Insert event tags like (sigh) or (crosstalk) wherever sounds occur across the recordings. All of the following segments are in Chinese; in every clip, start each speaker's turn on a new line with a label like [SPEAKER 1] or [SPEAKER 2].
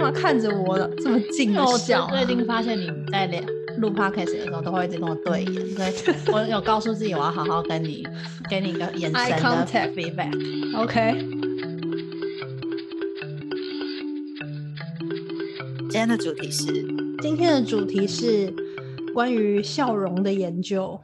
[SPEAKER 1] 常看着我这么近的
[SPEAKER 2] 因
[SPEAKER 3] 哦
[SPEAKER 2] 为我
[SPEAKER 1] 笑啊、
[SPEAKER 2] 最近发现你在聊录 podcast 的时候，都会一直跟我对眼，所以我有告诉自己我要好好跟你给你一个眼
[SPEAKER 1] Eye
[SPEAKER 2] 神的
[SPEAKER 1] contact
[SPEAKER 2] feedback。
[SPEAKER 1] OK，
[SPEAKER 4] 今天的主题是
[SPEAKER 1] 今天的主题是关于笑容的研究。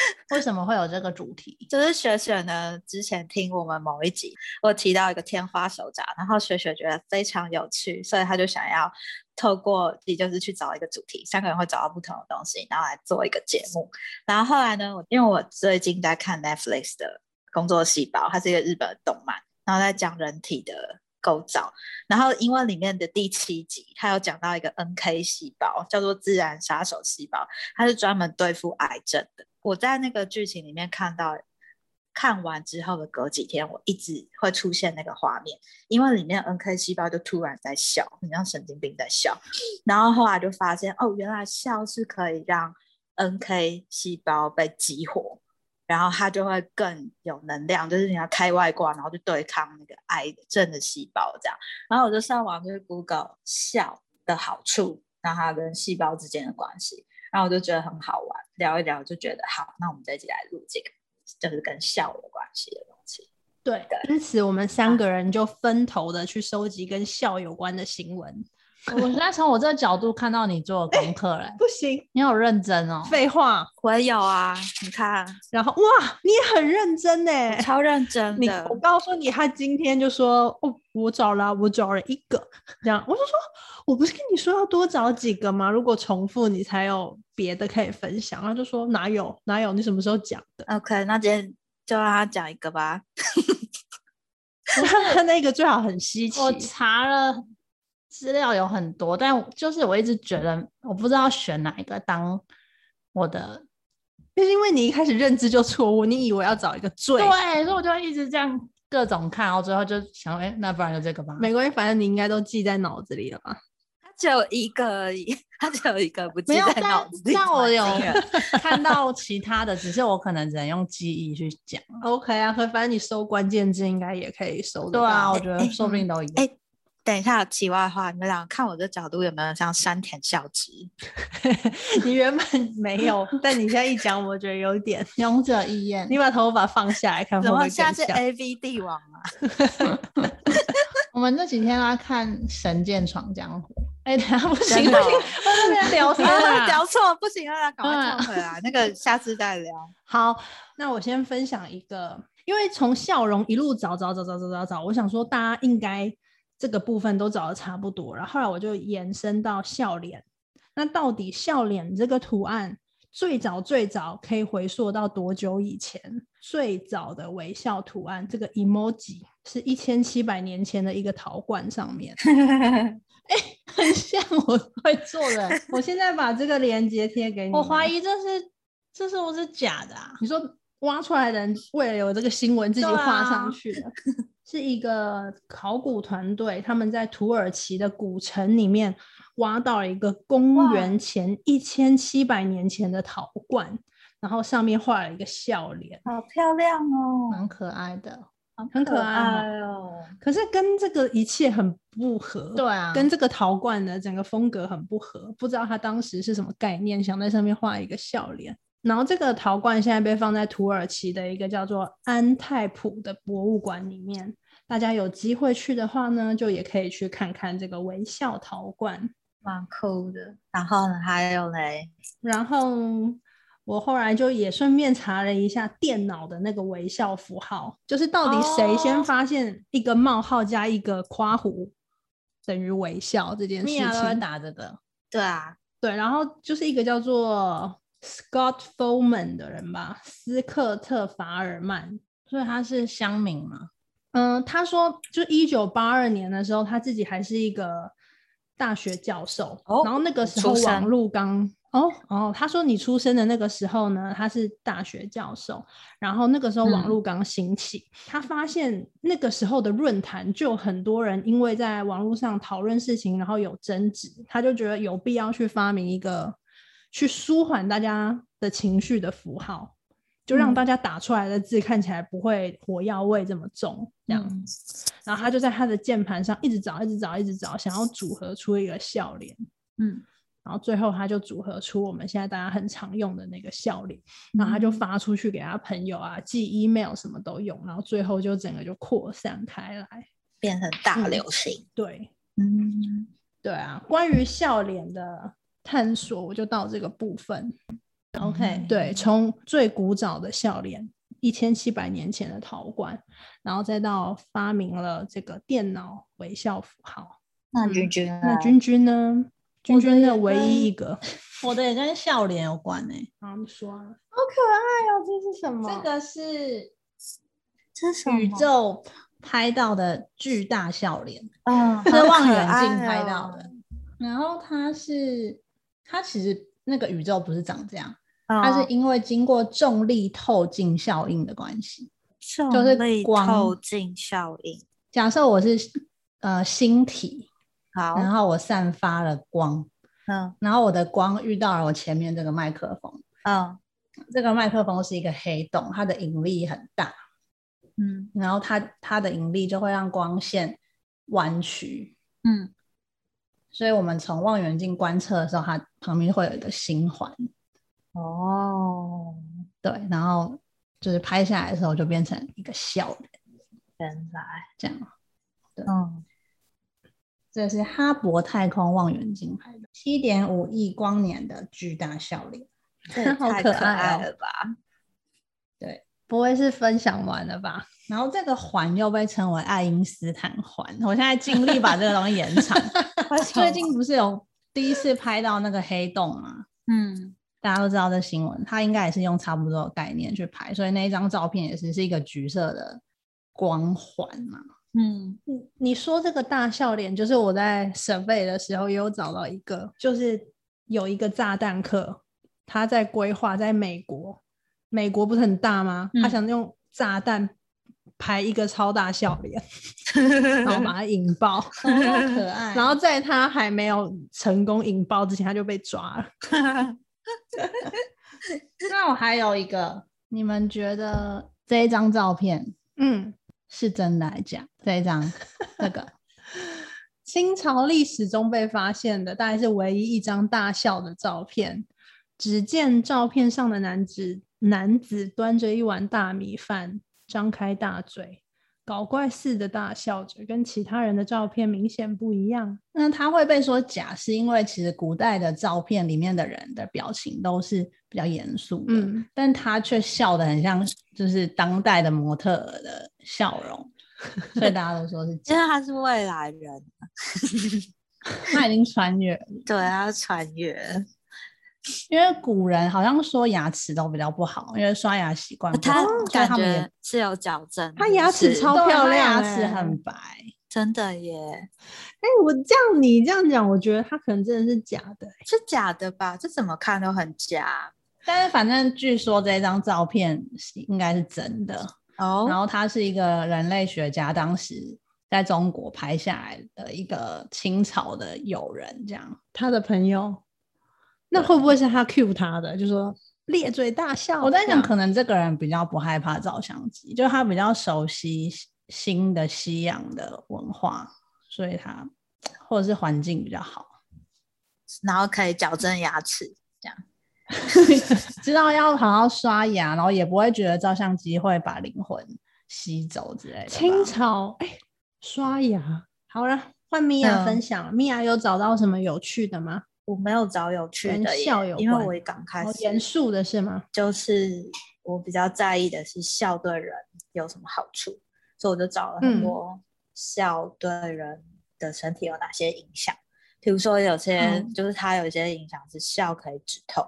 [SPEAKER 2] (laughs) 为什么会有这个主题？
[SPEAKER 4] 就是雪雪呢，之前听我们某一集，我提到一个天花手札，然后雪雪觉得非常有趣，所以她就想要透过自己就是去找一个主题，三个人会找到不同的东西，然后来做一个节目。然后后来呢，我因为我最近在看 Netflix 的《工作细胞》，它是一个日本的动漫，然后在讲人体的构造，然后因为里面的第七集，它有讲到一个 NK 细胞，叫做自然杀手细胞，它是专门对付癌症的。我在那个剧情里面看到，看完之后的隔几天，我一直会出现那个画面，因为里面 NK 细胞就突然在笑，很像神经病在笑。然后后来就发现，哦，原来笑是可以让 NK 细胞被激活，然后它就会更有能量，就是你要开外挂，然后就对抗那个癌症的细胞这样。然后我就上网就是 Google 笑的好处，然后它跟细胞之间的关系，然后我就觉得很好玩，聊一聊就觉得好，那我们这一集来录这个，就是跟笑有关系的东西。
[SPEAKER 1] 对，因此我们三个人就分头的去收集跟笑有关的新闻。
[SPEAKER 2] 我现在从我这个角度看到你做的功课嘞、 (laughs)
[SPEAKER 1] 不行，
[SPEAKER 2] 你好认真哦。
[SPEAKER 1] 废话。
[SPEAKER 4] 我也有啊，你看，
[SPEAKER 1] 然后哇，你也很认真呢。
[SPEAKER 4] 超认真
[SPEAKER 1] 你
[SPEAKER 4] 的
[SPEAKER 1] 我。告诉你，他今天就说哦，我找了，我找了一个，这样我就说，我不是跟你说要多找几个吗？如果重复你才有别的可以分享。他就说哪有哪有，你什么时候讲 (laughs) 的？
[SPEAKER 4] OK，那今天就让他讲一个吧。
[SPEAKER 1] 他那个最好很稀奇，
[SPEAKER 2] 我查了资料有很多，但我就是我一直觉得我不知道选哪一个当我的
[SPEAKER 1] 就是因为你一开始认知就错误，你以为要找一个最，
[SPEAKER 2] 对，所以我就一直这样各种看，然后最后就想，哎、那不然就这个吧。
[SPEAKER 1] 没关系，反正你应该都记在脑子里了吧？
[SPEAKER 4] 他只有一个而已，他只有一个不记
[SPEAKER 2] 没有
[SPEAKER 4] 在
[SPEAKER 2] 但
[SPEAKER 4] 脑子里。
[SPEAKER 2] 但我有
[SPEAKER 4] 对
[SPEAKER 2] (laughs)
[SPEAKER 4] (laughs)
[SPEAKER 2] 看到其他的，只是我可能只能用记忆去讲。
[SPEAKER 1] OK 啊，可反正你搜关键字应该也可以搜得
[SPEAKER 2] 对啊，
[SPEAKER 1] 到
[SPEAKER 2] 我觉得说不
[SPEAKER 1] 嗯
[SPEAKER 2] 定都一样。
[SPEAKER 4] 哎等一下，题外话，你们俩看我这角度有没有像山田孝之？
[SPEAKER 1] (laughs) 你原本没 (laughs) 有，但你现在一讲，我觉得有点。
[SPEAKER 2] 勇者义彦，
[SPEAKER 1] 你把头发放下哎来看会
[SPEAKER 4] 怎
[SPEAKER 1] 不
[SPEAKER 4] 么
[SPEAKER 1] 会
[SPEAKER 4] 现
[SPEAKER 1] 更
[SPEAKER 4] 在是
[SPEAKER 1] 像？
[SPEAKER 4] A V 帝王啊？
[SPEAKER 2] 我们这几天都在看《神剑闯江湖》哎，等一下不行，
[SPEAKER 4] (laughs) 真
[SPEAKER 2] 不
[SPEAKER 4] 的
[SPEAKER 2] 行，
[SPEAKER 4] 哦
[SPEAKER 2] 我在聊天
[SPEAKER 4] (laughs) 啊
[SPEAKER 2] 啊。
[SPEAKER 4] 聊错不行啊，赶快跳回来，那个下次再 (laughs) 聊。
[SPEAKER 1] 好，那我先分享一个，因为从笑容一路找找找找找找找，我想说大家应该这个部分都找的差不多，然后后来我就延伸到笑脸。那到底笑脸这个图案最早最早可以回溯到多久以前？最早的微笑图案这个 emoji 是一千七百年前的一个陶罐上面， (laughs)
[SPEAKER 2] 很像我会做的，
[SPEAKER 1] 我现在把这个链接贴给你们。
[SPEAKER 2] 我怀疑这是这是不是假的啊？
[SPEAKER 1] 你说挖出来的人为了有这个新闻自己
[SPEAKER 2] 对
[SPEAKER 1] 画
[SPEAKER 2] 啊
[SPEAKER 1] 上去的， (laughs) 是一个考古团队，他们在土耳其的古城里面挖到了一个公
[SPEAKER 4] 哇
[SPEAKER 1] 元前一千七百年前的陶罐，然后上面画了一个笑脸，
[SPEAKER 4] 好漂亮哦，
[SPEAKER 3] 嗯
[SPEAKER 2] 蛮可爱的。
[SPEAKER 1] 很可爱
[SPEAKER 4] 爱哦。
[SPEAKER 1] 可是跟这个一切很不合。
[SPEAKER 2] 对。啊，
[SPEAKER 1] 跟这个陶罐的整个风格很不合，不知道他当时是什么概念，想在上面画一个笑脸。然后这个陶罐现在被放在土耳其的一个叫做安泰普的博物馆里面，大家有机会去的话呢，就也可以去看看这个微笑陶罐。
[SPEAKER 4] 蛮酷的，然后呢，还有嘞，
[SPEAKER 1] 然后我后来就也顺便查了一下电脑的那个微笑符号，就是到底谁先
[SPEAKER 4] 哦
[SPEAKER 1] 发现一个冒号加一个括弧等于微笑这件事
[SPEAKER 2] 蜜
[SPEAKER 1] 情。
[SPEAKER 2] 娅都会打这个，
[SPEAKER 4] 对啊，
[SPEAKER 1] 对，然后就是一个叫做 Scott Foreman 的人吧，斯科特法尔曼。
[SPEAKER 2] 所以他是乡民嘛？
[SPEAKER 1] 嗯，他说，就一九八二年的时候，他自己还是一个大学教授，
[SPEAKER 4] 哦
[SPEAKER 1] 然后那个时
[SPEAKER 4] 出
[SPEAKER 1] 候网
[SPEAKER 4] 生
[SPEAKER 1] 络刚哦哦，他说你出生的那个时候呢，他是大学教授，然后那个时候网
[SPEAKER 2] 嗯
[SPEAKER 1] 络刚兴起，他发现那个时候的论坛就有很多人因为在网络上讨论事情，然后有争执，他就觉得有必要去发明一个去舒缓大家的情绪的符号，就让
[SPEAKER 2] 嗯
[SPEAKER 1] 大家打出来的字看起来不会火药味这么重，这样。
[SPEAKER 2] 嗯
[SPEAKER 1] 然后他就在他的键盘上一直找，一直找，一直找，想要组合出一个笑脸。
[SPEAKER 2] 嗯，
[SPEAKER 1] 然后最后他就组合出我们现在大家很常用的那个笑脸，然后他
[SPEAKER 3] 嗯
[SPEAKER 1] 就发出去给他朋友啊，寄 email 什么都用，然后最后就整个就扩散开来。
[SPEAKER 4] 变成大
[SPEAKER 1] 嗯
[SPEAKER 4] 流行。
[SPEAKER 1] 对
[SPEAKER 4] 嗯，
[SPEAKER 1] 对啊，关于笑脸的探索，我就到这个部分。
[SPEAKER 4] OK
[SPEAKER 1] 嗯
[SPEAKER 3] 嗯
[SPEAKER 1] 对，从最古早的笑脸，一千七百年前的陶罐，然后再到发明了这个电脑微笑符号。
[SPEAKER 4] 那
[SPEAKER 1] 嗯
[SPEAKER 4] 君君呢，
[SPEAKER 1] 那君君呢？君
[SPEAKER 3] 我的
[SPEAKER 1] 君的
[SPEAKER 3] 也
[SPEAKER 1] 唯一
[SPEAKER 3] 跟
[SPEAKER 1] 一
[SPEAKER 3] (laughs)
[SPEAKER 1] 个，
[SPEAKER 3] 我的也跟笑脸有关诶、
[SPEAKER 2] 欸
[SPEAKER 1] 然后说啊
[SPEAKER 3] 这是什么？这个是
[SPEAKER 4] 这是什
[SPEAKER 3] 宇
[SPEAKER 4] 么
[SPEAKER 3] 宙拍到的巨大笑脸，
[SPEAKER 4] 嗯，
[SPEAKER 3] 是
[SPEAKER 4] 好
[SPEAKER 3] 望
[SPEAKER 4] 可
[SPEAKER 3] 远镜
[SPEAKER 4] 爱
[SPEAKER 3] 拍
[SPEAKER 4] 哦
[SPEAKER 3] 到的。然后它是，它其实那个宇宙不是长这样，它
[SPEAKER 4] 它
[SPEAKER 3] 是因为经过重力透镜效应的关系。就是光
[SPEAKER 4] 透镜效应。
[SPEAKER 3] 假设我是呃星体，
[SPEAKER 4] 好，
[SPEAKER 3] 然后我散发了光，
[SPEAKER 4] 嗯
[SPEAKER 3] 然后我的光遇到了我前面这个麦克风，
[SPEAKER 4] 嗯
[SPEAKER 3] 这个麦克风是一个黑洞，它的引力很大，
[SPEAKER 4] 嗯
[SPEAKER 3] 然后它它的引力就会让光线弯曲，
[SPEAKER 4] 嗯，
[SPEAKER 3] 所以我们从望远镜观测的时候，它旁边会有一个星环，
[SPEAKER 4] 哦，
[SPEAKER 3] 对，然后就是拍下来的时候就变成一个笑脸，
[SPEAKER 4] 原来，
[SPEAKER 3] 这样。
[SPEAKER 4] 嗯，
[SPEAKER 3] 这是哈勃太空望远镜拍的七点五亿光年的巨大笑脸。
[SPEAKER 4] 这也
[SPEAKER 3] 好
[SPEAKER 4] 太
[SPEAKER 3] 可
[SPEAKER 4] 可
[SPEAKER 3] 爱哦
[SPEAKER 4] 了吧？
[SPEAKER 3] 不会是分享完了吧？然后这个环又被称为爱因斯坦环，我现在尽力把这个东西延 (laughs) 长。最
[SPEAKER 4] (laughs)
[SPEAKER 3] 近不是有第一次拍到那个黑洞吗？
[SPEAKER 4] 嗯，
[SPEAKER 3] 大家都知道这新闻，它应该也是用差不多的概念去拍，所以那一张照片也是是一个橘色的光环嘛。
[SPEAKER 4] 嗯
[SPEAKER 1] 你你说这个大笑脸，就是我在省费的时候也有找到一个，就是有一个炸弹客，他在规划在美国，美国不是很大吗？他
[SPEAKER 4] 嗯
[SPEAKER 1] 想用炸弹拍一个超大笑脸，然后把它引爆，
[SPEAKER 3] 哦好 (laughs) 可爱
[SPEAKER 1] 然后在他还没有成功引爆之前，他就被抓了。
[SPEAKER 3] 那我还有一个，你们觉得这一张照片
[SPEAKER 1] 嗯，
[SPEAKER 3] 是真的还是假？这一 (laughs) 张这个
[SPEAKER 1] 清朝历史中被发现的，大概是唯一一张大笑的照片。只见照片上的男子，男子端着一碗大米饭，张开大嘴，搞怪似的大笑着，跟其他人的照片明显不一样。
[SPEAKER 3] 那它会被说假，是因为其实古代的照片里面的人的表情都是比较严肃的，
[SPEAKER 1] 嗯，
[SPEAKER 3] 但他却笑得很像就是当代的模特儿的笑 (laughs) 容，所以大家都说是
[SPEAKER 4] 因
[SPEAKER 3] 假。
[SPEAKER 4] 为他是未来人，
[SPEAKER 3] 他已经穿越了，
[SPEAKER 4] 对，他是穿越，
[SPEAKER 3] 因为古人好像说牙齿都比较不好，因为刷牙习惯不好，
[SPEAKER 4] 哦他
[SPEAKER 3] 所以
[SPEAKER 4] 感
[SPEAKER 3] 他们也
[SPEAKER 4] 觉是有矫正的，
[SPEAKER 1] 他牙齿
[SPEAKER 4] 是
[SPEAKER 1] 超
[SPEAKER 3] 对
[SPEAKER 1] 漂
[SPEAKER 3] 他
[SPEAKER 1] 亮
[SPEAKER 3] 牙齿
[SPEAKER 1] 欸
[SPEAKER 3] 很白。
[SPEAKER 4] 真的耶，
[SPEAKER 1] 哎、我这样你这样讲，我觉得他可能真的是假的、欸
[SPEAKER 4] 是假的吧？这怎么看都很假
[SPEAKER 3] 但是反正据说这张照片是应该是真的，然
[SPEAKER 4] 哦。
[SPEAKER 3] 后他是一个人类学家，当时在中国拍下来的一个清朝的友人，这样。
[SPEAKER 1] 他的朋友，那会不会是他 cue 他的？就说咧嘴大笑。
[SPEAKER 3] 我在
[SPEAKER 1] 这
[SPEAKER 3] 想，
[SPEAKER 1] 样
[SPEAKER 3] 可能这个人比较不害怕照相机，就他比较熟悉西新的西洋的文化，所以他或者是环境比较好，
[SPEAKER 4] 然后可以矫正牙齿，
[SPEAKER 1] (laughs)
[SPEAKER 3] 知道要好好刷牙，然后也不会觉得照相机会把灵魂吸走之类的吧。
[SPEAKER 1] 清朝，哎、刷牙。好了，换米娅
[SPEAKER 3] 嗯
[SPEAKER 1] 分享了。米娅有找到什么有趣的吗？
[SPEAKER 4] 我没有找有趣
[SPEAKER 1] 跟
[SPEAKER 4] 的耶
[SPEAKER 1] 笑有
[SPEAKER 4] 因为
[SPEAKER 1] 关
[SPEAKER 4] 我一刚开
[SPEAKER 1] 好
[SPEAKER 4] 始
[SPEAKER 1] 严肃的是吗？
[SPEAKER 4] 就是我比较在意的是笑对人有什么好处，所以我就找了很
[SPEAKER 1] 嗯
[SPEAKER 4] 多笑对人的身体有哪些影响。比如说有些、
[SPEAKER 3] 嗯
[SPEAKER 4] 就是它有一些影响是笑可以止痛，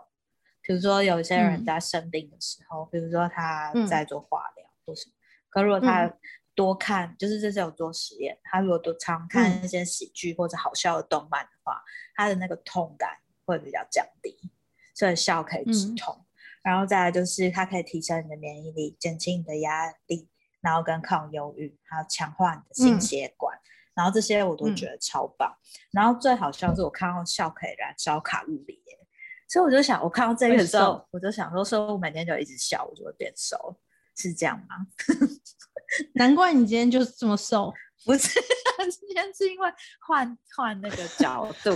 [SPEAKER 4] 比如说有些人
[SPEAKER 3] 嗯
[SPEAKER 4] 在生病的时候，比如说他
[SPEAKER 1] 嗯
[SPEAKER 4] 在做化疗或什么，可如果他多看，就是这是有做实验，他如果多常看一些喜剧或者好笑的动漫的话，他的那个痛感会比较降低，所以笑可以止
[SPEAKER 1] 嗯
[SPEAKER 4] 痛。然后再来就是它可以提升你的免疫力，减轻你的压力，然后跟抗忧郁，还有强化你的心
[SPEAKER 1] 嗯
[SPEAKER 4] 血管。然后这些我都觉得超棒。然后最好笑的是我看到笑可以燃烧卡路里耶，所以我就想，我看到这个
[SPEAKER 2] 会
[SPEAKER 4] 之后
[SPEAKER 2] 瘦，
[SPEAKER 4] 我就想说，所以我每天就一直笑，我就会变瘦，是这样吗？
[SPEAKER 1] 难怪你今天就是这么瘦。
[SPEAKER 4] 不是， (laughs) 今天是因为换换那个角度，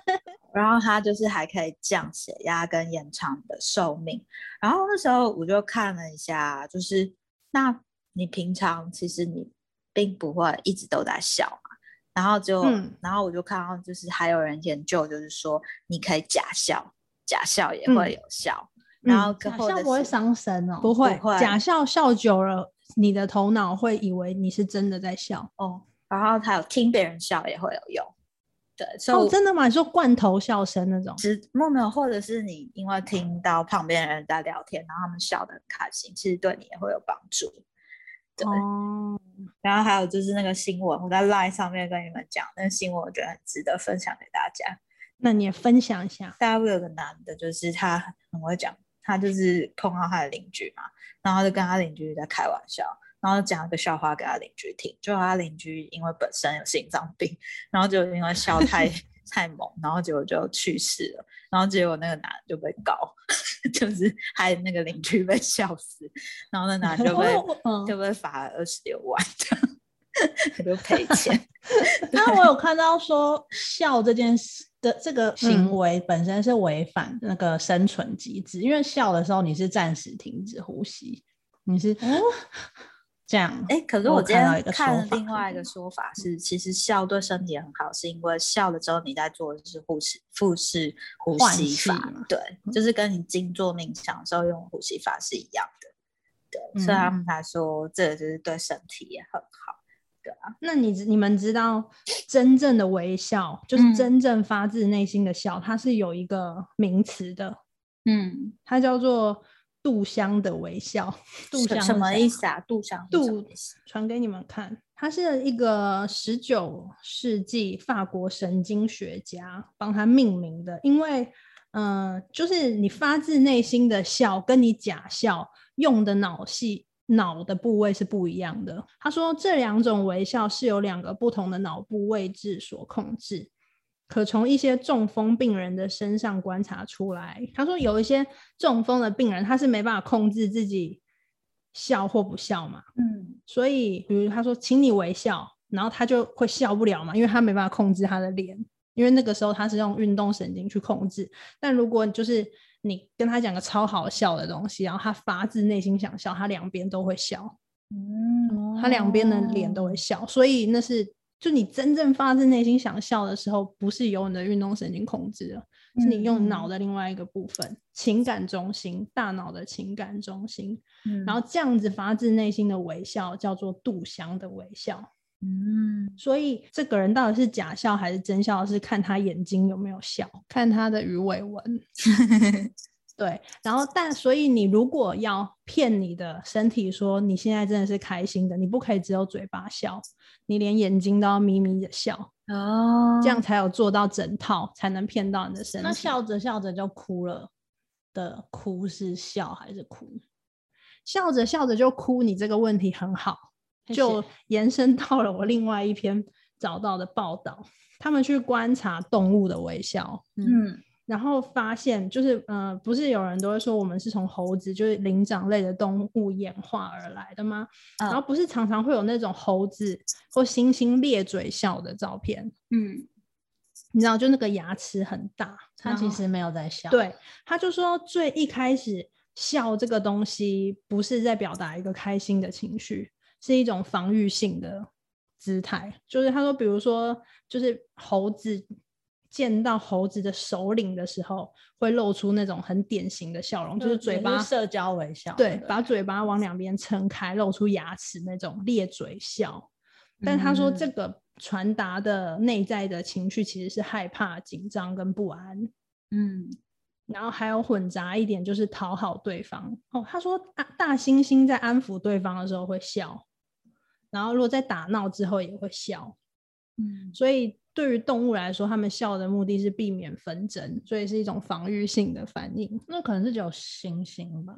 [SPEAKER 4] (laughs) 然后它就是还可以降血压跟延长你的寿命。然后那时候我就看了一下，就是那你平常其实你并不会一直都在笑嘛，然后就、
[SPEAKER 1] 嗯
[SPEAKER 4] 然后我就看到就是还有人研究，就是说你可以假笑，假笑也
[SPEAKER 1] 嗯
[SPEAKER 4] 会有效，然后
[SPEAKER 3] 假
[SPEAKER 4] 跟或
[SPEAKER 3] 笑
[SPEAKER 4] 者
[SPEAKER 3] 不会
[SPEAKER 4] 是
[SPEAKER 3] 伤身哦。
[SPEAKER 1] 不会，
[SPEAKER 4] 会
[SPEAKER 1] 假笑笑久了，你的头脑会以为你是真的在笑。
[SPEAKER 4] 哦，然后还有听别人笑也会有用。对，所以我、
[SPEAKER 1] 哦，真的吗？你说罐头笑声那种？
[SPEAKER 4] 直梦没有，或者是你因为听到旁边的人在聊天，然后他们笑得很开心，其实对你也会有帮助。对
[SPEAKER 1] 哦，
[SPEAKER 4] 然后还有就是那个新闻，我在 Line 上面跟你们讲那个新闻，我觉得很值得分享给大家。
[SPEAKER 1] 那你也分享一下。
[SPEAKER 4] 大陆有个男的，就是他很会讲，他就是碰到他的邻居嘛，然后就跟他邻居在开玩笑，然后讲了个笑话给他邻居听，就他邻居因为本身有心脏病，然后就因为笑太太猛，然后结果就去世了，然后结果那个男的就被告， (laughs) 就是还有那个邻居被笑死，然后那男的就被、
[SPEAKER 1] 哦我嗯
[SPEAKER 4] 就被罚了二十六万，他 (laughs) 就赔钱，
[SPEAKER 3] (laughs) 那我有看到说笑这件事的这个行为本身是违反那个生存机制，因为笑的时候你是暂时停止呼吸，你是、这样。
[SPEAKER 4] 哎、可是
[SPEAKER 3] 我
[SPEAKER 4] 我
[SPEAKER 3] 有
[SPEAKER 4] 今
[SPEAKER 3] 看到一个
[SPEAKER 4] 天看
[SPEAKER 3] 说法
[SPEAKER 4] 了
[SPEAKER 3] 嗯
[SPEAKER 4] 另外一个说法是，其实笑对身体也很好，是因为笑了之后你在做的是腹式腹式呼
[SPEAKER 3] 换
[SPEAKER 4] 吸
[SPEAKER 3] 气
[SPEAKER 4] 法
[SPEAKER 3] 嘛，嗯
[SPEAKER 4] 对，就是跟你静坐冥想的时候用呼吸法是一样的，对，所以
[SPEAKER 3] 嗯
[SPEAKER 4] 他们才说这个就是对身体也很好。
[SPEAKER 1] 那你知你们知道，真正的微笑就是
[SPEAKER 4] 嗯
[SPEAKER 1] 真正发自内心的笑，它是有一个名词的，
[SPEAKER 4] 嗯，
[SPEAKER 1] 它叫做杜香的微笑。 (laughs)
[SPEAKER 3] 杜
[SPEAKER 4] 什
[SPEAKER 3] 香是
[SPEAKER 4] 什么
[SPEAKER 3] 谁
[SPEAKER 4] 意思啊？杜香是什么
[SPEAKER 1] 杜
[SPEAKER 4] 意思
[SPEAKER 1] 传给你们看，他是一个十九世纪法国神经学家帮他命名的，因为，呃，就是你发自内心的笑，跟你假笑用的脑系脑的部位是不一样的。他说这两种微笑是由两个不同的脑部位置所控制。可从一些中风病人的身上观察出来，他说有一些中风的病人，他是没办法控制自己笑或不笑嘛，
[SPEAKER 4] 嗯，
[SPEAKER 1] 所以，比如他说请你微笑，然后他就会笑不了嘛，因为他没办法控制他的脸，因为那个时候他是用运动神经去控制。但如果就是你跟他讲个超好笑的东西，然后他发自内心想笑，他两边都会笑，
[SPEAKER 4] 嗯
[SPEAKER 1] 他两边的脸都会笑，所以那是。就你真正发自内心想笑的时候，不是由你的运动神经控制的，是你用脑的另外一个部分，情感中心，大脑的情感中心
[SPEAKER 4] 嗯
[SPEAKER 1] 然后这样子发自内心的微笑叫做杜香的微笑。
[SPEAKER 4] 嗯，
[SPEAKER 1] 所以这个人到底是假笑还是真笑，是看他眼睛有没有笑，看他的鱼尾纹。对，然后但所以你如果要骗你的身体说你现在真的是开心的，你不可以只有嘴巴笑，你连眼睛都要眯眯着笑，
[SPEAKER 4] 哦，
[SPEAKER 1] 这样才有做到整套，才能骗到你的身体。
[SPEAKER 3] 那笑着笑着就哭了的哭是笑还是哭？
[SPEAKER 1] 笑着笑着就哭，你这个问题很好。
[SPEAKER 3] 谢
[SPEAKER 1] 就
[SPEAKER 3] 谢
[SPEAKER 1] 延伸到了我另外一篇找到的报道，他们去观察动物的微笑，
[SPEAKER 4] 嗯
[SPEAKER 1] 然后发现就是呃，不是有人都会说我们是从猴子就是灵长类的动物演化而来的吗？
[SPEAKER 4] 嗯
[SPEAKER 1] 然后不是常常会有那种猴子或猩猩咧嘴笑的照片，
[SPEAKER 4] 嗯，
[SPEAKER 1] 你知道，就那个牙齿很大，
[SPEAKER 3] 他
[SPEAKER 1] 然
[SPEAKER 3] 其
[SPEAKER 1] 后
[SPEAKER 3] 实没有在笑。
[SPEAKER 1] 对，他就说最一开始笑这个东西不是在表达一个开心的情绪，是一种防御性的姿态。就是他说，比如说，就是猴子见到猴子的首领的时候，会露出那种很典型的笑容，
[SPEAKER 3] 就
[SPEAKER 1] 就是是嘴
[SPEAKER 3] 嗯也是
[SPEAKER 1] 巴
[SPEAKER 3] 社交微笑对
[SPEAKER 1] 对
[SPEAKER 3] 不，对
[SPEAKER 1] 把嘴巴往两边撑开，露出牙齿那种咧嘴笑。但他说，
[SPEAKER 3] 嗯
[SPEAKER 1] 这个传达的内在的情绪其实是害怕、紧张跟不安。
[SPEAKER 4] 嗯
[SPEAKER 1] 然后还有混杂一点就是讨好对方哦。他说大大猩猩在安抚对方的时候会笑，然后如果在打闹之后也会笑，
[SPEAKER 4] 嗯
[SPEAKER 1] 所以对于动物来说，他们笑的目的是避免纷争，所以是一种防御性的反应。
[SPEAKER 3] 那可能是只有星星吧。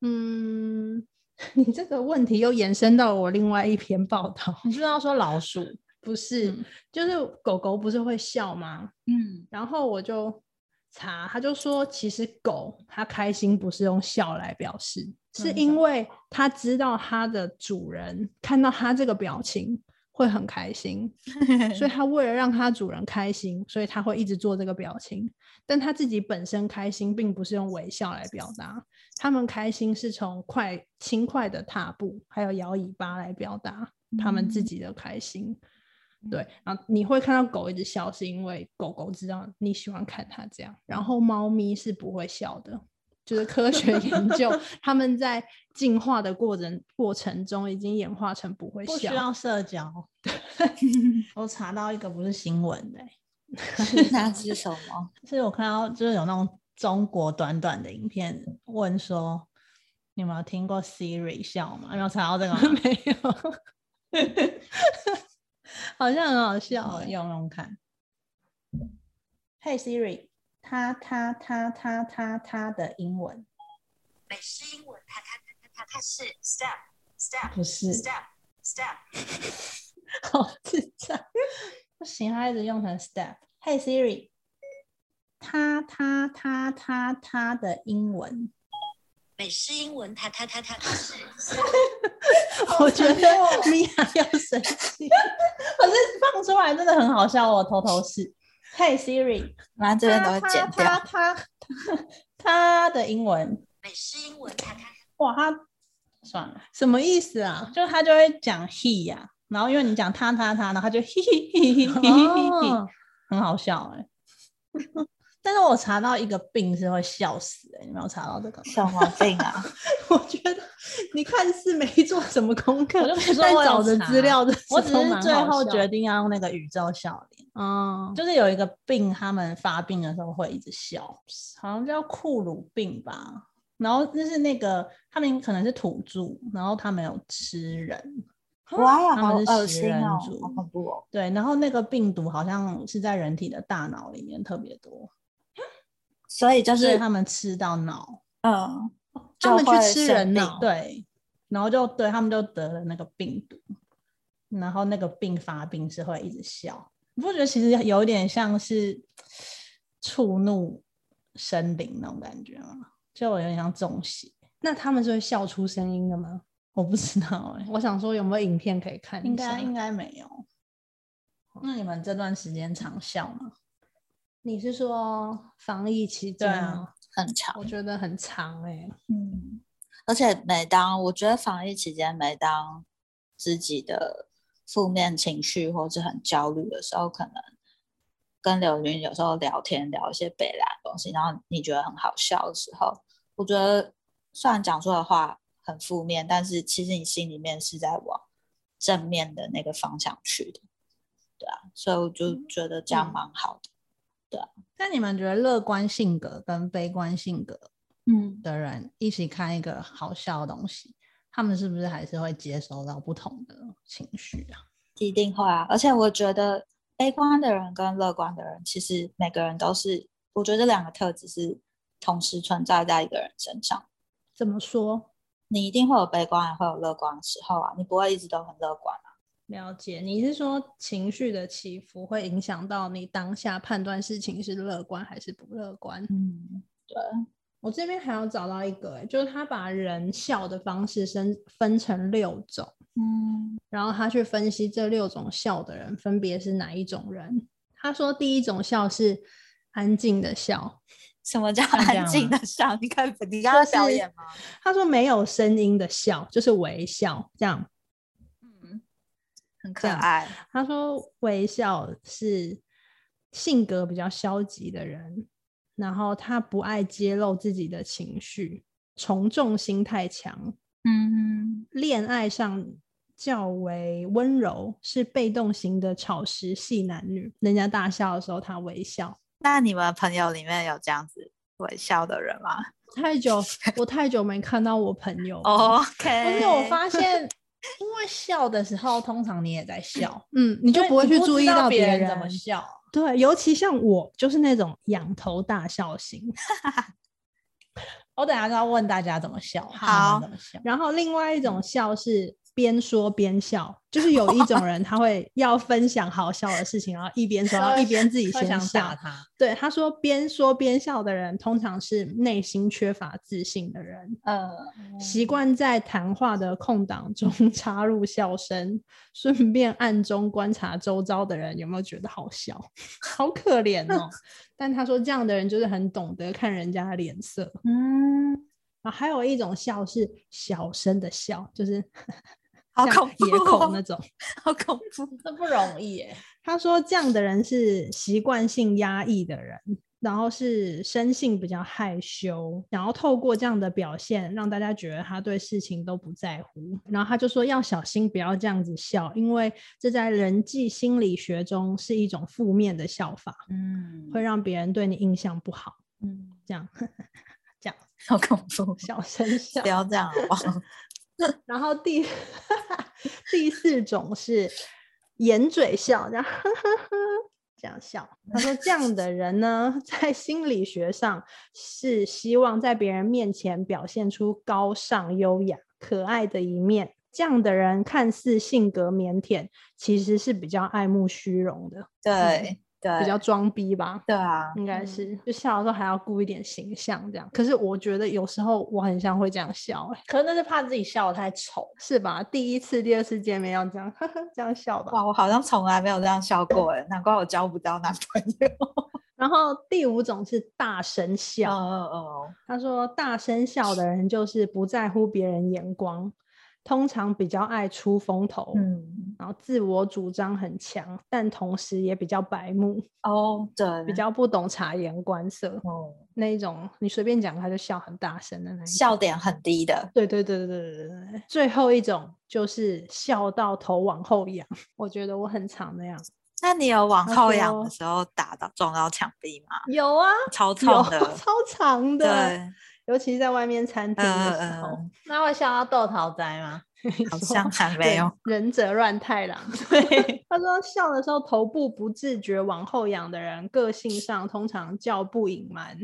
[SPEAKER 1] 嗯， (laughs) 你这个问题又延伸到我另外一篇报道，
[SPEAKER 3] 你知道说老 (laughs) 鼠嗯
[SPEAKER 1] 不是，就是狗狗不是会笑吗？
[SPEAKER 4] 嗯
[SPEAKER 1] 然后我就查，他就说，其实狗它开心不是用笑来表示，
[SPEAKER 2] 那
[SPEAKER 1] 是
[SPEAKER 2] 是什
[SPEAKER 1] 因为它知道它的主人看到它这个表情会很开心，所以它为了让它主人开心，所以它会一直做这个表情。但它自己本身开心，并不是用微笑来表达，它们开心是从快轻快的踏步，还有摇尾巴来表达
[SPEAKER 3] 嗯
[SPEAKER 1] 它们自己的开心。对，然后你会看到狗一直笑，是因为狗狗知道你喜欢看它这样。然后猫咪是不会笑的，就是科学研究，
[SPEAKER 3] (laughs)
[SPEAKER 1] 它们在进化的过程过程中已经演化成不会
[SPEAKER 3] 不需
[SPEAKER 1] 笑。
[SPEAKER 3] 要社交。 (laughs) 我查到一个不是新闻的欸、
[SPEAKER 4] 嗯
[SPEAKER 3] (laughs)
[SPEAKER 4] 那是什么？
[SPEAKER 3] 是我看到就是有那种中国短短的影片，问说你有没有听过 Siri 笑吗？有没有查到这个 (laughs) 吗？
[SPEAKER 1] 没有，
[SPEAKER 3] (laughs) 好像很好笑
[SPEAKER 2] 嗯
[SPEAKER 3] 欸，用用看。Hey Siri，他他他他他他的英文
[SPEAKER 5] 美式英文，它它它它它是 step step
[SPEAKER 3] 不是
[SPEAKER 5] step step。
[SPEAKER 3] (laughs) 好智障，不行，他一直用成 step。Hey Siri，他他他他他的英文，
[SPEAKER 5] 美式英文，它它它它它是 step。
[SPEAKER 3] 我觉得米娅要生气， (laughs) 可是放出来真的很好笑，我头头是。Hey Siri，
[SPEAKER 4] 反正这边都会剪
[SPEAKER 3] 他
[SPEAKER 4] 掉。
[SPEAKER 3] 他他 (laughs) 他的英文，
[SPEAKER 5] 美式英文，它它
[SPEAKER 3] 哇，他算了。
[SPEAKER 1] 什么意思啊？
[SPEAKER 3] 就他就会讲 he 呀、然后因为你讲他他他，然后他就 he he he he he he，、
[SPEAKER 1] 哦
[SPEAKER 3] 很好笑哎、但是我查到一个病是会笑死哎、你没有查到这个吗？
[SPEAKER 4] 什么
[SPEAKER 5] (laughs)
[SPEAKER 4] 病啊？
[SPEAKER 1] 我觉得你看似没做什么功课
[SPEAKER 3] 我就不，说
[SPEAKER 1] 但
[SPEAKER 3] 我有
[SPEAKER 1] 找的
[SPEAKER 3] 查
[SPEAKER 1] 资料的时候
[SPEAKER 3] 我只
[SPEAKER 1] 蛮好笑的，
[SPEAKER 3] 是最后决定要用那个宇宙笑脸，
[SPEAKER 1] 嗯，
[SPEAKER 3] 就是有一个病，他们发病的时候会一直笑，好像叫库鲁病吧。然后就是那个他们可能是土著，然后他们有吃人，他
[SPEAKER 4] 哇，好
[SPEAKER 3] 们是
[SPEAKER 4] 恶
[SPEAKER 3] 食
[SPEAKER 4] 心
[SPEAKER 3] 人
[SPEAKER 4] 哦，
[SPEAKER 3] 族
[SPEAKER 4] 好恐怖哦！
[SPEAKER 3] 对，然后那个病毒好像是在人体的大脑里面特别多，
[SPEAKER 4] 所以就
[SPEAKER 3] 所以
[SPEAKER 4] 是
[SPEAKER 3] 他们吃到脑，
[SPEAKER 4] 嗯，
[SPEAKER 1] 他们
[SPEAKER 4] 就会
[SPEAKER 1] 去吃人
[SPEAKER 4] 生病
[SPEAKER 3] 哦
[SPEAKER 1] 脑，
[SPEAKER 3] 对，然后就对他们就得了那个病毒，然后那个病发病是会一直笑，你不觉得其实有点像是触怒生灵那种感觉吗？就有点像中邪，
[SPEAKER 1] 那他们是会笑出声音的吗？
[SPEAKER 3] 我不知道哎、
[SPEAKER 1] 我想说有没有影片可以看一
[SPEAKER 3] 应
[SPEAKER 1] 下
[SPEAKER 3] 该应该没有。那你们这段时间常笑吗？
[SPEAKER 1] 你是说防疫期间
[SPEAKER 3] 对啊
[SPEAKER 1] 吗？
[SPEAKER 4] 很长。
[SPEAKER 1] 我觉得很长哎、
[SPEAKER 3] 嗯，
[SPEAKER 4] 而且每当我觉得防疫期间，每当自己的负面情绪或是很焦虑的时候，可能跟刘云有时候聊天聊一些北兰的东西，然后你觉得很好笑的时候，我觉得虽然讲出来的话很负面，但是其实你心里面是在往正面的那个方向去的，对啊，所以我就觉得这样蛮好的。
[SPEAKER 3] 那你们觉得乐观性格跟悲观性格
[SPEAKER 4] 嗯，
[SPEAKER 3] 的人一起看一个好笑的东西，他们是不是还是会接收到不同的情绪啊？
[SPEAKER 4] 一定会啊！而且我觉得悲观的人跟乐观的人，其实每个人都是，我觉得这两个特质是同时存在在一个人身上。
[SPEAKER 1] 怎么说？
[SPEAKER 4] 你一定会有悲观，也会有乐观的时候啊，你不会一直都很乐观啊。
[SPEAKER 1] 了解，你是说情绪的起伏会影响到你当下判断事情是乐观还是不乐观？
[SPEAKER 4] 嗯，对，
[SPEAKER 1] 我这边还要找到一个、欸，就是他把人笑的方式分分成六种，
[SPEAKER 4] 嗯，
[SPEAKER 1] 然后他去分析这六种笑的人分别是哪一种人。他说第一种笑是安静的笑，
[SPEAKER 4] 什么叫
[SPEAKER 3] 这样
[SPEAKER 4] 安静
[SPEAKER 3] 吗
[SPEAKER 4] 的笑？你看，啊你刚刚表
[SPEAKER 1] 是
[SPEAKER 4] 演吗？
[SPEAKER 1] 他说没有声音的笑，就是微笑这样。
[SPEAKER 4] 嗯，很
[SPEAKER 1] 这
[SPEAKER 4] 可
[SPEAKER 1] 样
[SPEAKER 4] 爱。
[SPEAKER 1] 他说微笑是性格比较消极的人，然后他不爱揭露自己的情绪，从众心太强，
[SPEAKER 4] 嗯，
[SPEAKER 1] 恋爱上较为温柔，是被动型的草食系男女。人家大笑的时候他微笑。
[SPEAKER 4] 那你们朋友里面有这样子微笑的人吗
[SPEAKER 1] 太久，
[SPEAKER 3] (laughs)
[SPEAKER 1] 我太久没看到我朋友了。
[SPEAKER 3] 而
[SPEAKER 4] 哦？OK，
[SPEAKER 3] 且我发现， (laughs) 因为笑的时候，通常你也在笑，
[SPEAKER 1] 嗯，你 (clears throat) 就
[SPEAKER 3] 所以
[SPEAKER 1] 不会去注意
[SPEAKER 3] 知道
[SPEAKER 1] 别
[SPEAKER 3] 别人怎么笑。
[SPEAKER 1] 对，尤其像我，就是那种仰头大笑型。
[SPEAKER 3] 我等一下就要问大家怎么笑，他们
[SPEAKER 4] 好
[SPEAKER 3] 怎么笑？
[SPEAKER 1] 然后另外一种笑是边说边笑，就是有一种人他会要分享好笑的事情，然后一边说，然后一边自己
[SPEAKER 3] 会
[SPEAKER 1] 先
[SPEAKER 3] 想
[SPEAKER 1] 笑。
[SPEAKER 3] 打他。
[SPEAKER 1] 对，他说边说边笑的人，通常是内心缺乏自信的人，
[SPEAKER 4] 呃，
[SPEAKER 3] 哦
[SPEAKER 1] 习惯在谈话的空档中
[SPEAKER 3] (laughs)
[SPEAKER 1] 插入笑声，顺便暗中观察周遭的人有没有觉得好笑，好可怜
[SPEAKER 3] (laughs)
[SPEAKER 1] 哦。但他说这样的人就是很懂得看人家的脸色，
[SPEAKER 4] 嗯，
[SPEAKER 1] 啊，还有一种笑是小声的笑，就是
[SPEAKER 4] 好
[SPEAKER 1] 像
[SPEAKER 4] 恐怖
[SPEAKER 1] 野
[SPEAKER 4] 哦
[SPEAKER 1] 口那种。
[SPEAKER 4] 好恐怖，
[SPEAKER 3] 这不容易耶，
[SPEAKER 1] 他说这样的人是习惯性压抑的人，然后是生性比较害羞，然后透过这样的表现让大家觉得他对事情都不在乎。然后他就说要小心不要这样子笑，因为这在人际心理学中是一种负面的笑法，
[SPEAKER 3] 嗯
[SPEAKER 1] 会让别人对你印象不好。
[SPEAKER 3] 嗯，
[SPEAKER 1] 这样 (laughs)
[SPEAKER 4] 好恐怖，哦
[SPEAKER 1] 小声笑
[SPEAKER 4] 不，要这样好哦不好？
[SPEAKER 1] 然后第 (laughs) 第四种是掩嘴笑，然后 (laughs) 这样笑。他说这样的人呢，在心理学上是希望在别人面前表现出高尚、优雅、可爱的一面。这样的人看似性格腼腆，其实是比较爱慕虚荣的，
[SPEAKER 4] (laughs) 对对，
[SPEAKER 1] 嗯比较装逼吧。
[SPEAKER 4] 对啊，
[SPEAKER 1] 应该是，就笑的时候还要顾一点形象，这样。可是我觉得有时候我很像会这样笑、欸，
[SPEAKER 3] 可能那是怕自己笑得太丑，
[SPEAKER 1] 是吧？第一次、第二次见面要这样， (laughs) 呵呵，这样笑吧。
[SPEAKER 4] 哇，我好像从来没有这样笑过哎，难怪我交不到男朋友。
[SPEAKER 1] 然后第五种是大声
[SPEAKER 4] 哦
[SPEAKER 1] 笑，
[SPEAKER 4] 哦
[SPEAKER 1] 他说大声笑的人就是不在乎别人眼光，通常比较爱出风头
[SPEAKER 4] 哦，，嗯，
[SPEAKER 1] 然后自我主张很强，但同时也比较白目，
[SPEAKER 4] 哦，对，
[SPEAKER 1] 比较不懂察言观色
[SPEAKER 4] 哦，
[SPEAKER 1] 那一种，你随便讲他就笑很大声的那一种。
[SPEAKER 4] 笑点很低的，
[SPEAKER 1] 对对对对对对对对，最后一种就是笑到头往后仰，我觉得我很常那样。
[SPEAKER 4] 那你有往
[SPEAKER 1] 他
[SPEAKER 4] 后仰
[SPEAKER 1] 说
[SPEAKER 4] 的时候打到撞到墙壁吗？
[SPEAKER 1] 有啊，
[SPEAKER 4] 超痛
[SPEAKER 1] 有
[SPEAKER 4] 的，
[SPEAKER 1] (laughs) 超长
[SPEAKER 4] 对，
[SPEAKER 1] 的， (laughs) 尤其在外面餐厅的时候，
[SPEAKER 4] 嗯
[SPEAKER 3] 那会笑到豆桃灾吗？
[SPEAKER 4] 好像还没有。
[SPEAKER 1] 忍者乱太郎。 (laughs) 对，他说笑的时候头部不自觉往后仰的人，个性上通常较不隐瞒，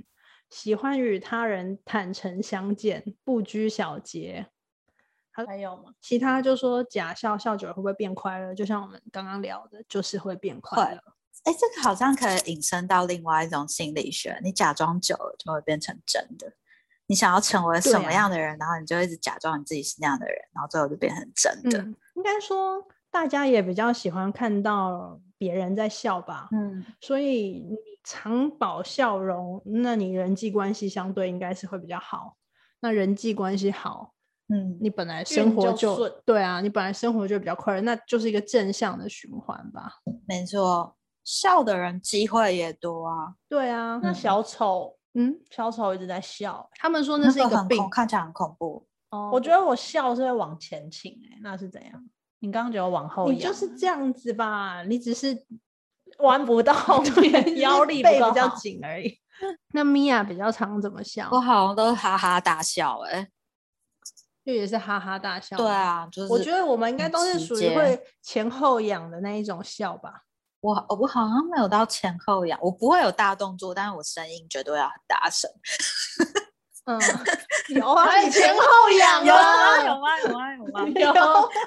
[SPEAKER 1] 喜欢与他人坦诚相见，不拘小节。
[SPEAKER 3] 还有吗？
[SPEAKER 1] 其他就说假笑笑久了会不会变快乐？就像我们刚刚聊的，就是会变快
[SPEAKER 4] 会
[SPEAKER 1] 乐。
[SPEAKER 4] 哎，这个好像可以引申到另外一种心理学，你假装久了就会变成真的。你想要成为
[SPEAKER 1] 对
[SPEAKER 4] 什么
[SPEAKER 1] 啊
[SPEAKER 4] 样的人，然后你就一直假装你自己是那样的人，然后最后就变成真的。
[SPEAKER 1] 嗯，应该说大家也比较喜欢看到别人在笑吧。
[SPEAKER 4] 嗯，
[SPEAKER 1] 所以你常保笑容，那你人际关系相对应该是会比较好。那人际关系好，
[SPEAKER 4] 嗯，
[SPEAKER 1] 你本来生
[SPEAKER 3] 运
[SPEAKER 1] 活
[SPEAKER 3] 就顺
[SPEAKER 1] 对啊，你本来生活就比较快乐，那就是一个正向的循环吧。
[SPEAKER 4] 没错，笑的人机会也多啊。
[SPEAKER 1] 对啊，
[SPEAKER 3] 那小丑，
[SPEAKER 1] 嗯，
[SPEAKER 3] 小丑一直在笑，
[SPEAKER 1] 他们说
[SPEAKER 4] 那
[SPEAKER 1] 那是
[SPEAKER 4] 个
[SPEAKER 1] 一个
[SPEAKER 4] 很
[SPEAKER 1] 病
[SPEAKER 4] 恐，看起来很恐怖。
[SPEAKER 1] 哦
[SPEAKER 3] 我觉得我笑是会往前倾、哎，那是怎样？你刚刚觉得往后仰，
[SPEAKER 1] 你就是这样子吧，你只是
[SPEAKER 3] 弯
[SPEAKER 1] (laughs)
[SPEAKER 3] 不到
[SPEAKER 1] 你只
[SPEAKER 3] 面， (laughs)
[SPEAKER 1] 是
[SPEAKER 3] 腰力不
[SPEAKER 1] 背
[SPEAKER 3] 够
[SPEAKER 1] 比较
[SPEAKER 3] 好
[SPEAKER 1] 紧而已。 (laughs) 那米娅比较常怎么笑？
[SPEAKER 4] 我好像都是哈哈大笑、欸，哎，
[SPEAKER 1] 就也是哈哈大笑。
[SPEAKER 4] 对，啊，就是
[SPEAKER 1] 我觉得我们应该
[SPEAKER 4] 很
[SPEAKER 1] 都是
[SPEAKER 4] 直
[SPEAKER 1] 属于
[SPEAKER 4] 接
[SPEAKER 1] 会前后仰的那一种笑吧。
[SPEAKER 4] 我我好像没有到前后仰，我不会有大动作，但是我声音绝对要很大声。
[SPEAKER 1] 嗯，
[SPEAKER 3] 哦
[SPEAKER 1] (laughs) 有啊，以前啊
[SPEAKER 3] 后 (laughs) 仰
[SPEAKER 4] (laughs)
[SPEAKER 1] (laughs)
[SPEAKER 4] 有吗？有吗？有啊吗？有吗？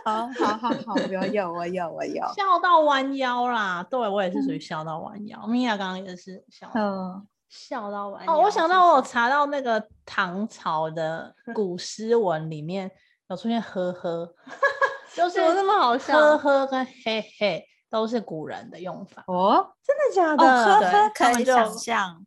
[SPEAKER 3] 啊有
[SPEAKER 4] 好好好好，有有我有我有，
[SPEAKER 3] 笑到弯腰啦，对我也是属
[SPEAKER 1] 嗯
[SPEAKER 3] 于笑到弯腰。米娅刚刚也是笑到。
[SPEAKER 4] (laughs) 嗯，
[SPEAKER 1] 笑到完。
[SPEAKER 3] 哦，我想到
[SPEAKER 1] 嗯
[SPEAKER 3] 我有查到那个唐朝的古诗文里面有出现呵呵，就是
[SPEAKER 1] 怎么那么好笑
[SPEAKER 3] 呵呵跟嘿嘿都是古人的用法。
[SPEAKER 4] 哦，
[SPEAKER 1] 真的假
[SPEAKER 4] 哦，
[SPEAKER 1] 的？
[SPEAKER 4] 呵
[SPEAKER 3] 对
[SPEAKER 4] 呵，
[SPEAKER 3] 他
[SPEAKER 4] 可
[SPEAKER 3] 们
[SPEAKER 4] 以
[SPEAKER 3] 就
[SPEAKER 4] 想象，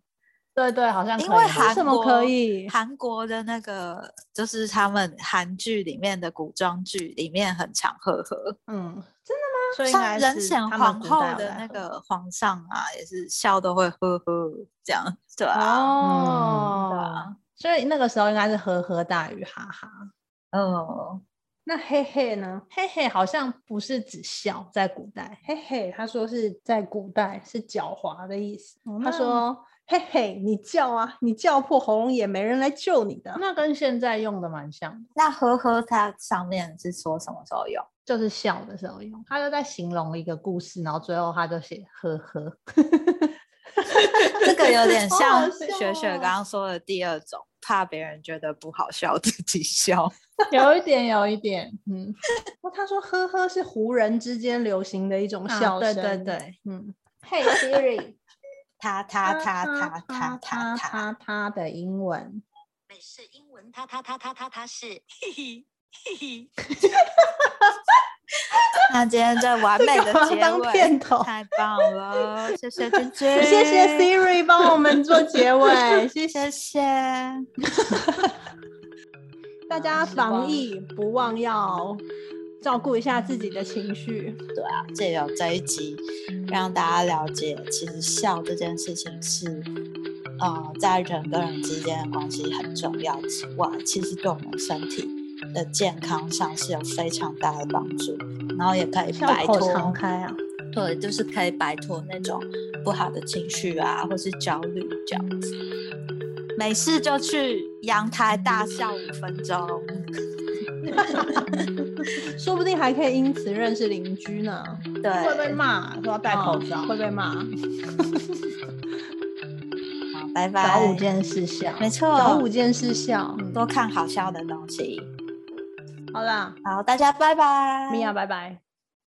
[SPEAKER 3] 对对，好像
[SPEAKER 4] 因
[SPEAKER 3] 可
[SPEAKER 4] 为
[SPEAKER 3] 以
[SPEAKER 4] 韩
[SPEAKER 1] 为什么
[SPEAKER 4] 国
[SPEAKER 1] 可以
[SPEAKER 4] 韩国的那个就是他们韩剧里面的古装剧里面很常呵呵，
[SPEAKER 3] 嗯，真的吗？所以应
[SPEAKER 4] 像
[SPEAKER 3] 该
[SPEAKER 4] 人
[SPEAKER 3] 是
[SPEAKER 4] 显
[SPEAKER 3] 他们
[SPEAKER 4] 皇
[SPEAKER 3] 古
[SPEAKER 4] 后
[SPEAKER 3] 代有
[SPEAKER 4] 的
[SPEAKER 3] 在
[SPEAKER 4] 那
[SPEAKER 3] 喝
[SPEAKER 4] 个皇上啊，也是笑都会呵呵这样，对
[SPEAKER 1] 嗯
[SPEAKER 4] 啊，对
[SPEAKER 1] 哦，
[SPEAKER 4] 啊，
[SPEAKER 3] 所以那个时候应该是呵呵大于哈哈，哦
[SPEAKER 4] 嗯，
[SPEAKER 1] 那嘿嘿呢？
[SPEAKER 3] 嘿嘿，好像不是只笑，在古代
[SPEAKER 1] 嘿嘿，他说是在古代是狡猾的意思。
[SPEAKER 3] 哦
[SPEAKER 1] 他
[SPEAKER 3] 那
[SPEAKER 1] 说嘿嘿，你叫啊，你叫破喉咙也没人来救你的，
[SPEAKER 3] 那跟现在用的蛮像的，
[SPEAKER 4] 那呵呵它上面是说什么时候用？
[SPEAKER 3] 就是笑的时候用，他就在形容一个故事，然后最后他就写呵呵。 (laughs)
[SPEAKER 4] 这个有点
[SPEAKER 1] 好好
[SPEAKER 4] 像
[SPEAKER 1] 笑
[SPEAKER 4] 雪雪
[SPEAKER 1] 哦
[SPEAKER 4] 刚刚说的第二种，怕别人觉得不好笑，自己
[SPEAKER 3] (laughs)
[SPEAKER 4] 笑。
[SPEAKER 2] 有一点，有一点，嗯，
[SPEAKER 1] 哦，他说呵呵是湖人之间流行的一种
[SPEAKER 2] 啊
[SPEAKER 1] 笑声，
[SPEAKER 2] 对对对，
[SPEAKER 1] 嗯，
[SPEAKER 3] 嘿 Siri，
[SPEAKER 4] (laughs) 他他他他他他他，
[SPEAKER 3] 他他的英文，
[SPEAKER 5] 美式英文它它它它它它是嘿嘿嘿嘿。
[SPEAKER 4] (laughs) 那今天这完美的结
[SPEAKER 1] 当
[SPEAKER 4] 尾
[SPEAKER 1] 片，头。 (laughs)
[SPEAKER 4] 太棒了，谢 (laughs) 谢君君，
[SPEAKER 1] 谢谢
[SPEAKER 4] 嗯
[SPEAKER 1] Siri 帮我们做结尾，谢谢
[SPEAKER 4] (laughs) 谢谢，
[SPEAKER 1] 大家防疫不忘要照顾一下自己的情绪。
[SPEAKER 4] 借由这一集，让大家了解，其实笑这件事情是，呃，在人跟人之间的关系很重要之外，其实对我们身体的健康上是有非常大的帮助，然后也可以
[SPEAKER 1] 笑
[SPEAKER 4] 摆
[SPEAKER 1] 口
[SPEAKER 4] 脱
[SPEAKER 1] 常开啊！
[SPEAKER 4] 对，就是可以摆脱那种不好的情绪啊，或是焦虑这样子。没事就去阳台大笑五分钟，
[SPEAKER 1] 说不定还可以因此认识邻居呢。
[SPEAKER 4] 对，
[SPEAKER 3] 被骂说要戴口罩
[SPEAKER 1] 哦，会被骂。
[SPEAKER 4] 好拜
[SPEAKER 1] 找
[SPEAKER 4] 拜
[SPEAKER 1] 五。件事笑，
[SPEAKER 4] 没
[SPEAKER 1] 找
[SPEAKER 4] 错
[SPEAKER 1] 五，件事笑。嗯
[SPEAKER 4] 多看好笑的东西。
[SPEAKER 1] 好啦，
[SPEAKER 4] 好，大家拜拜。
[SPEAKER 1] 米娅，拜拜。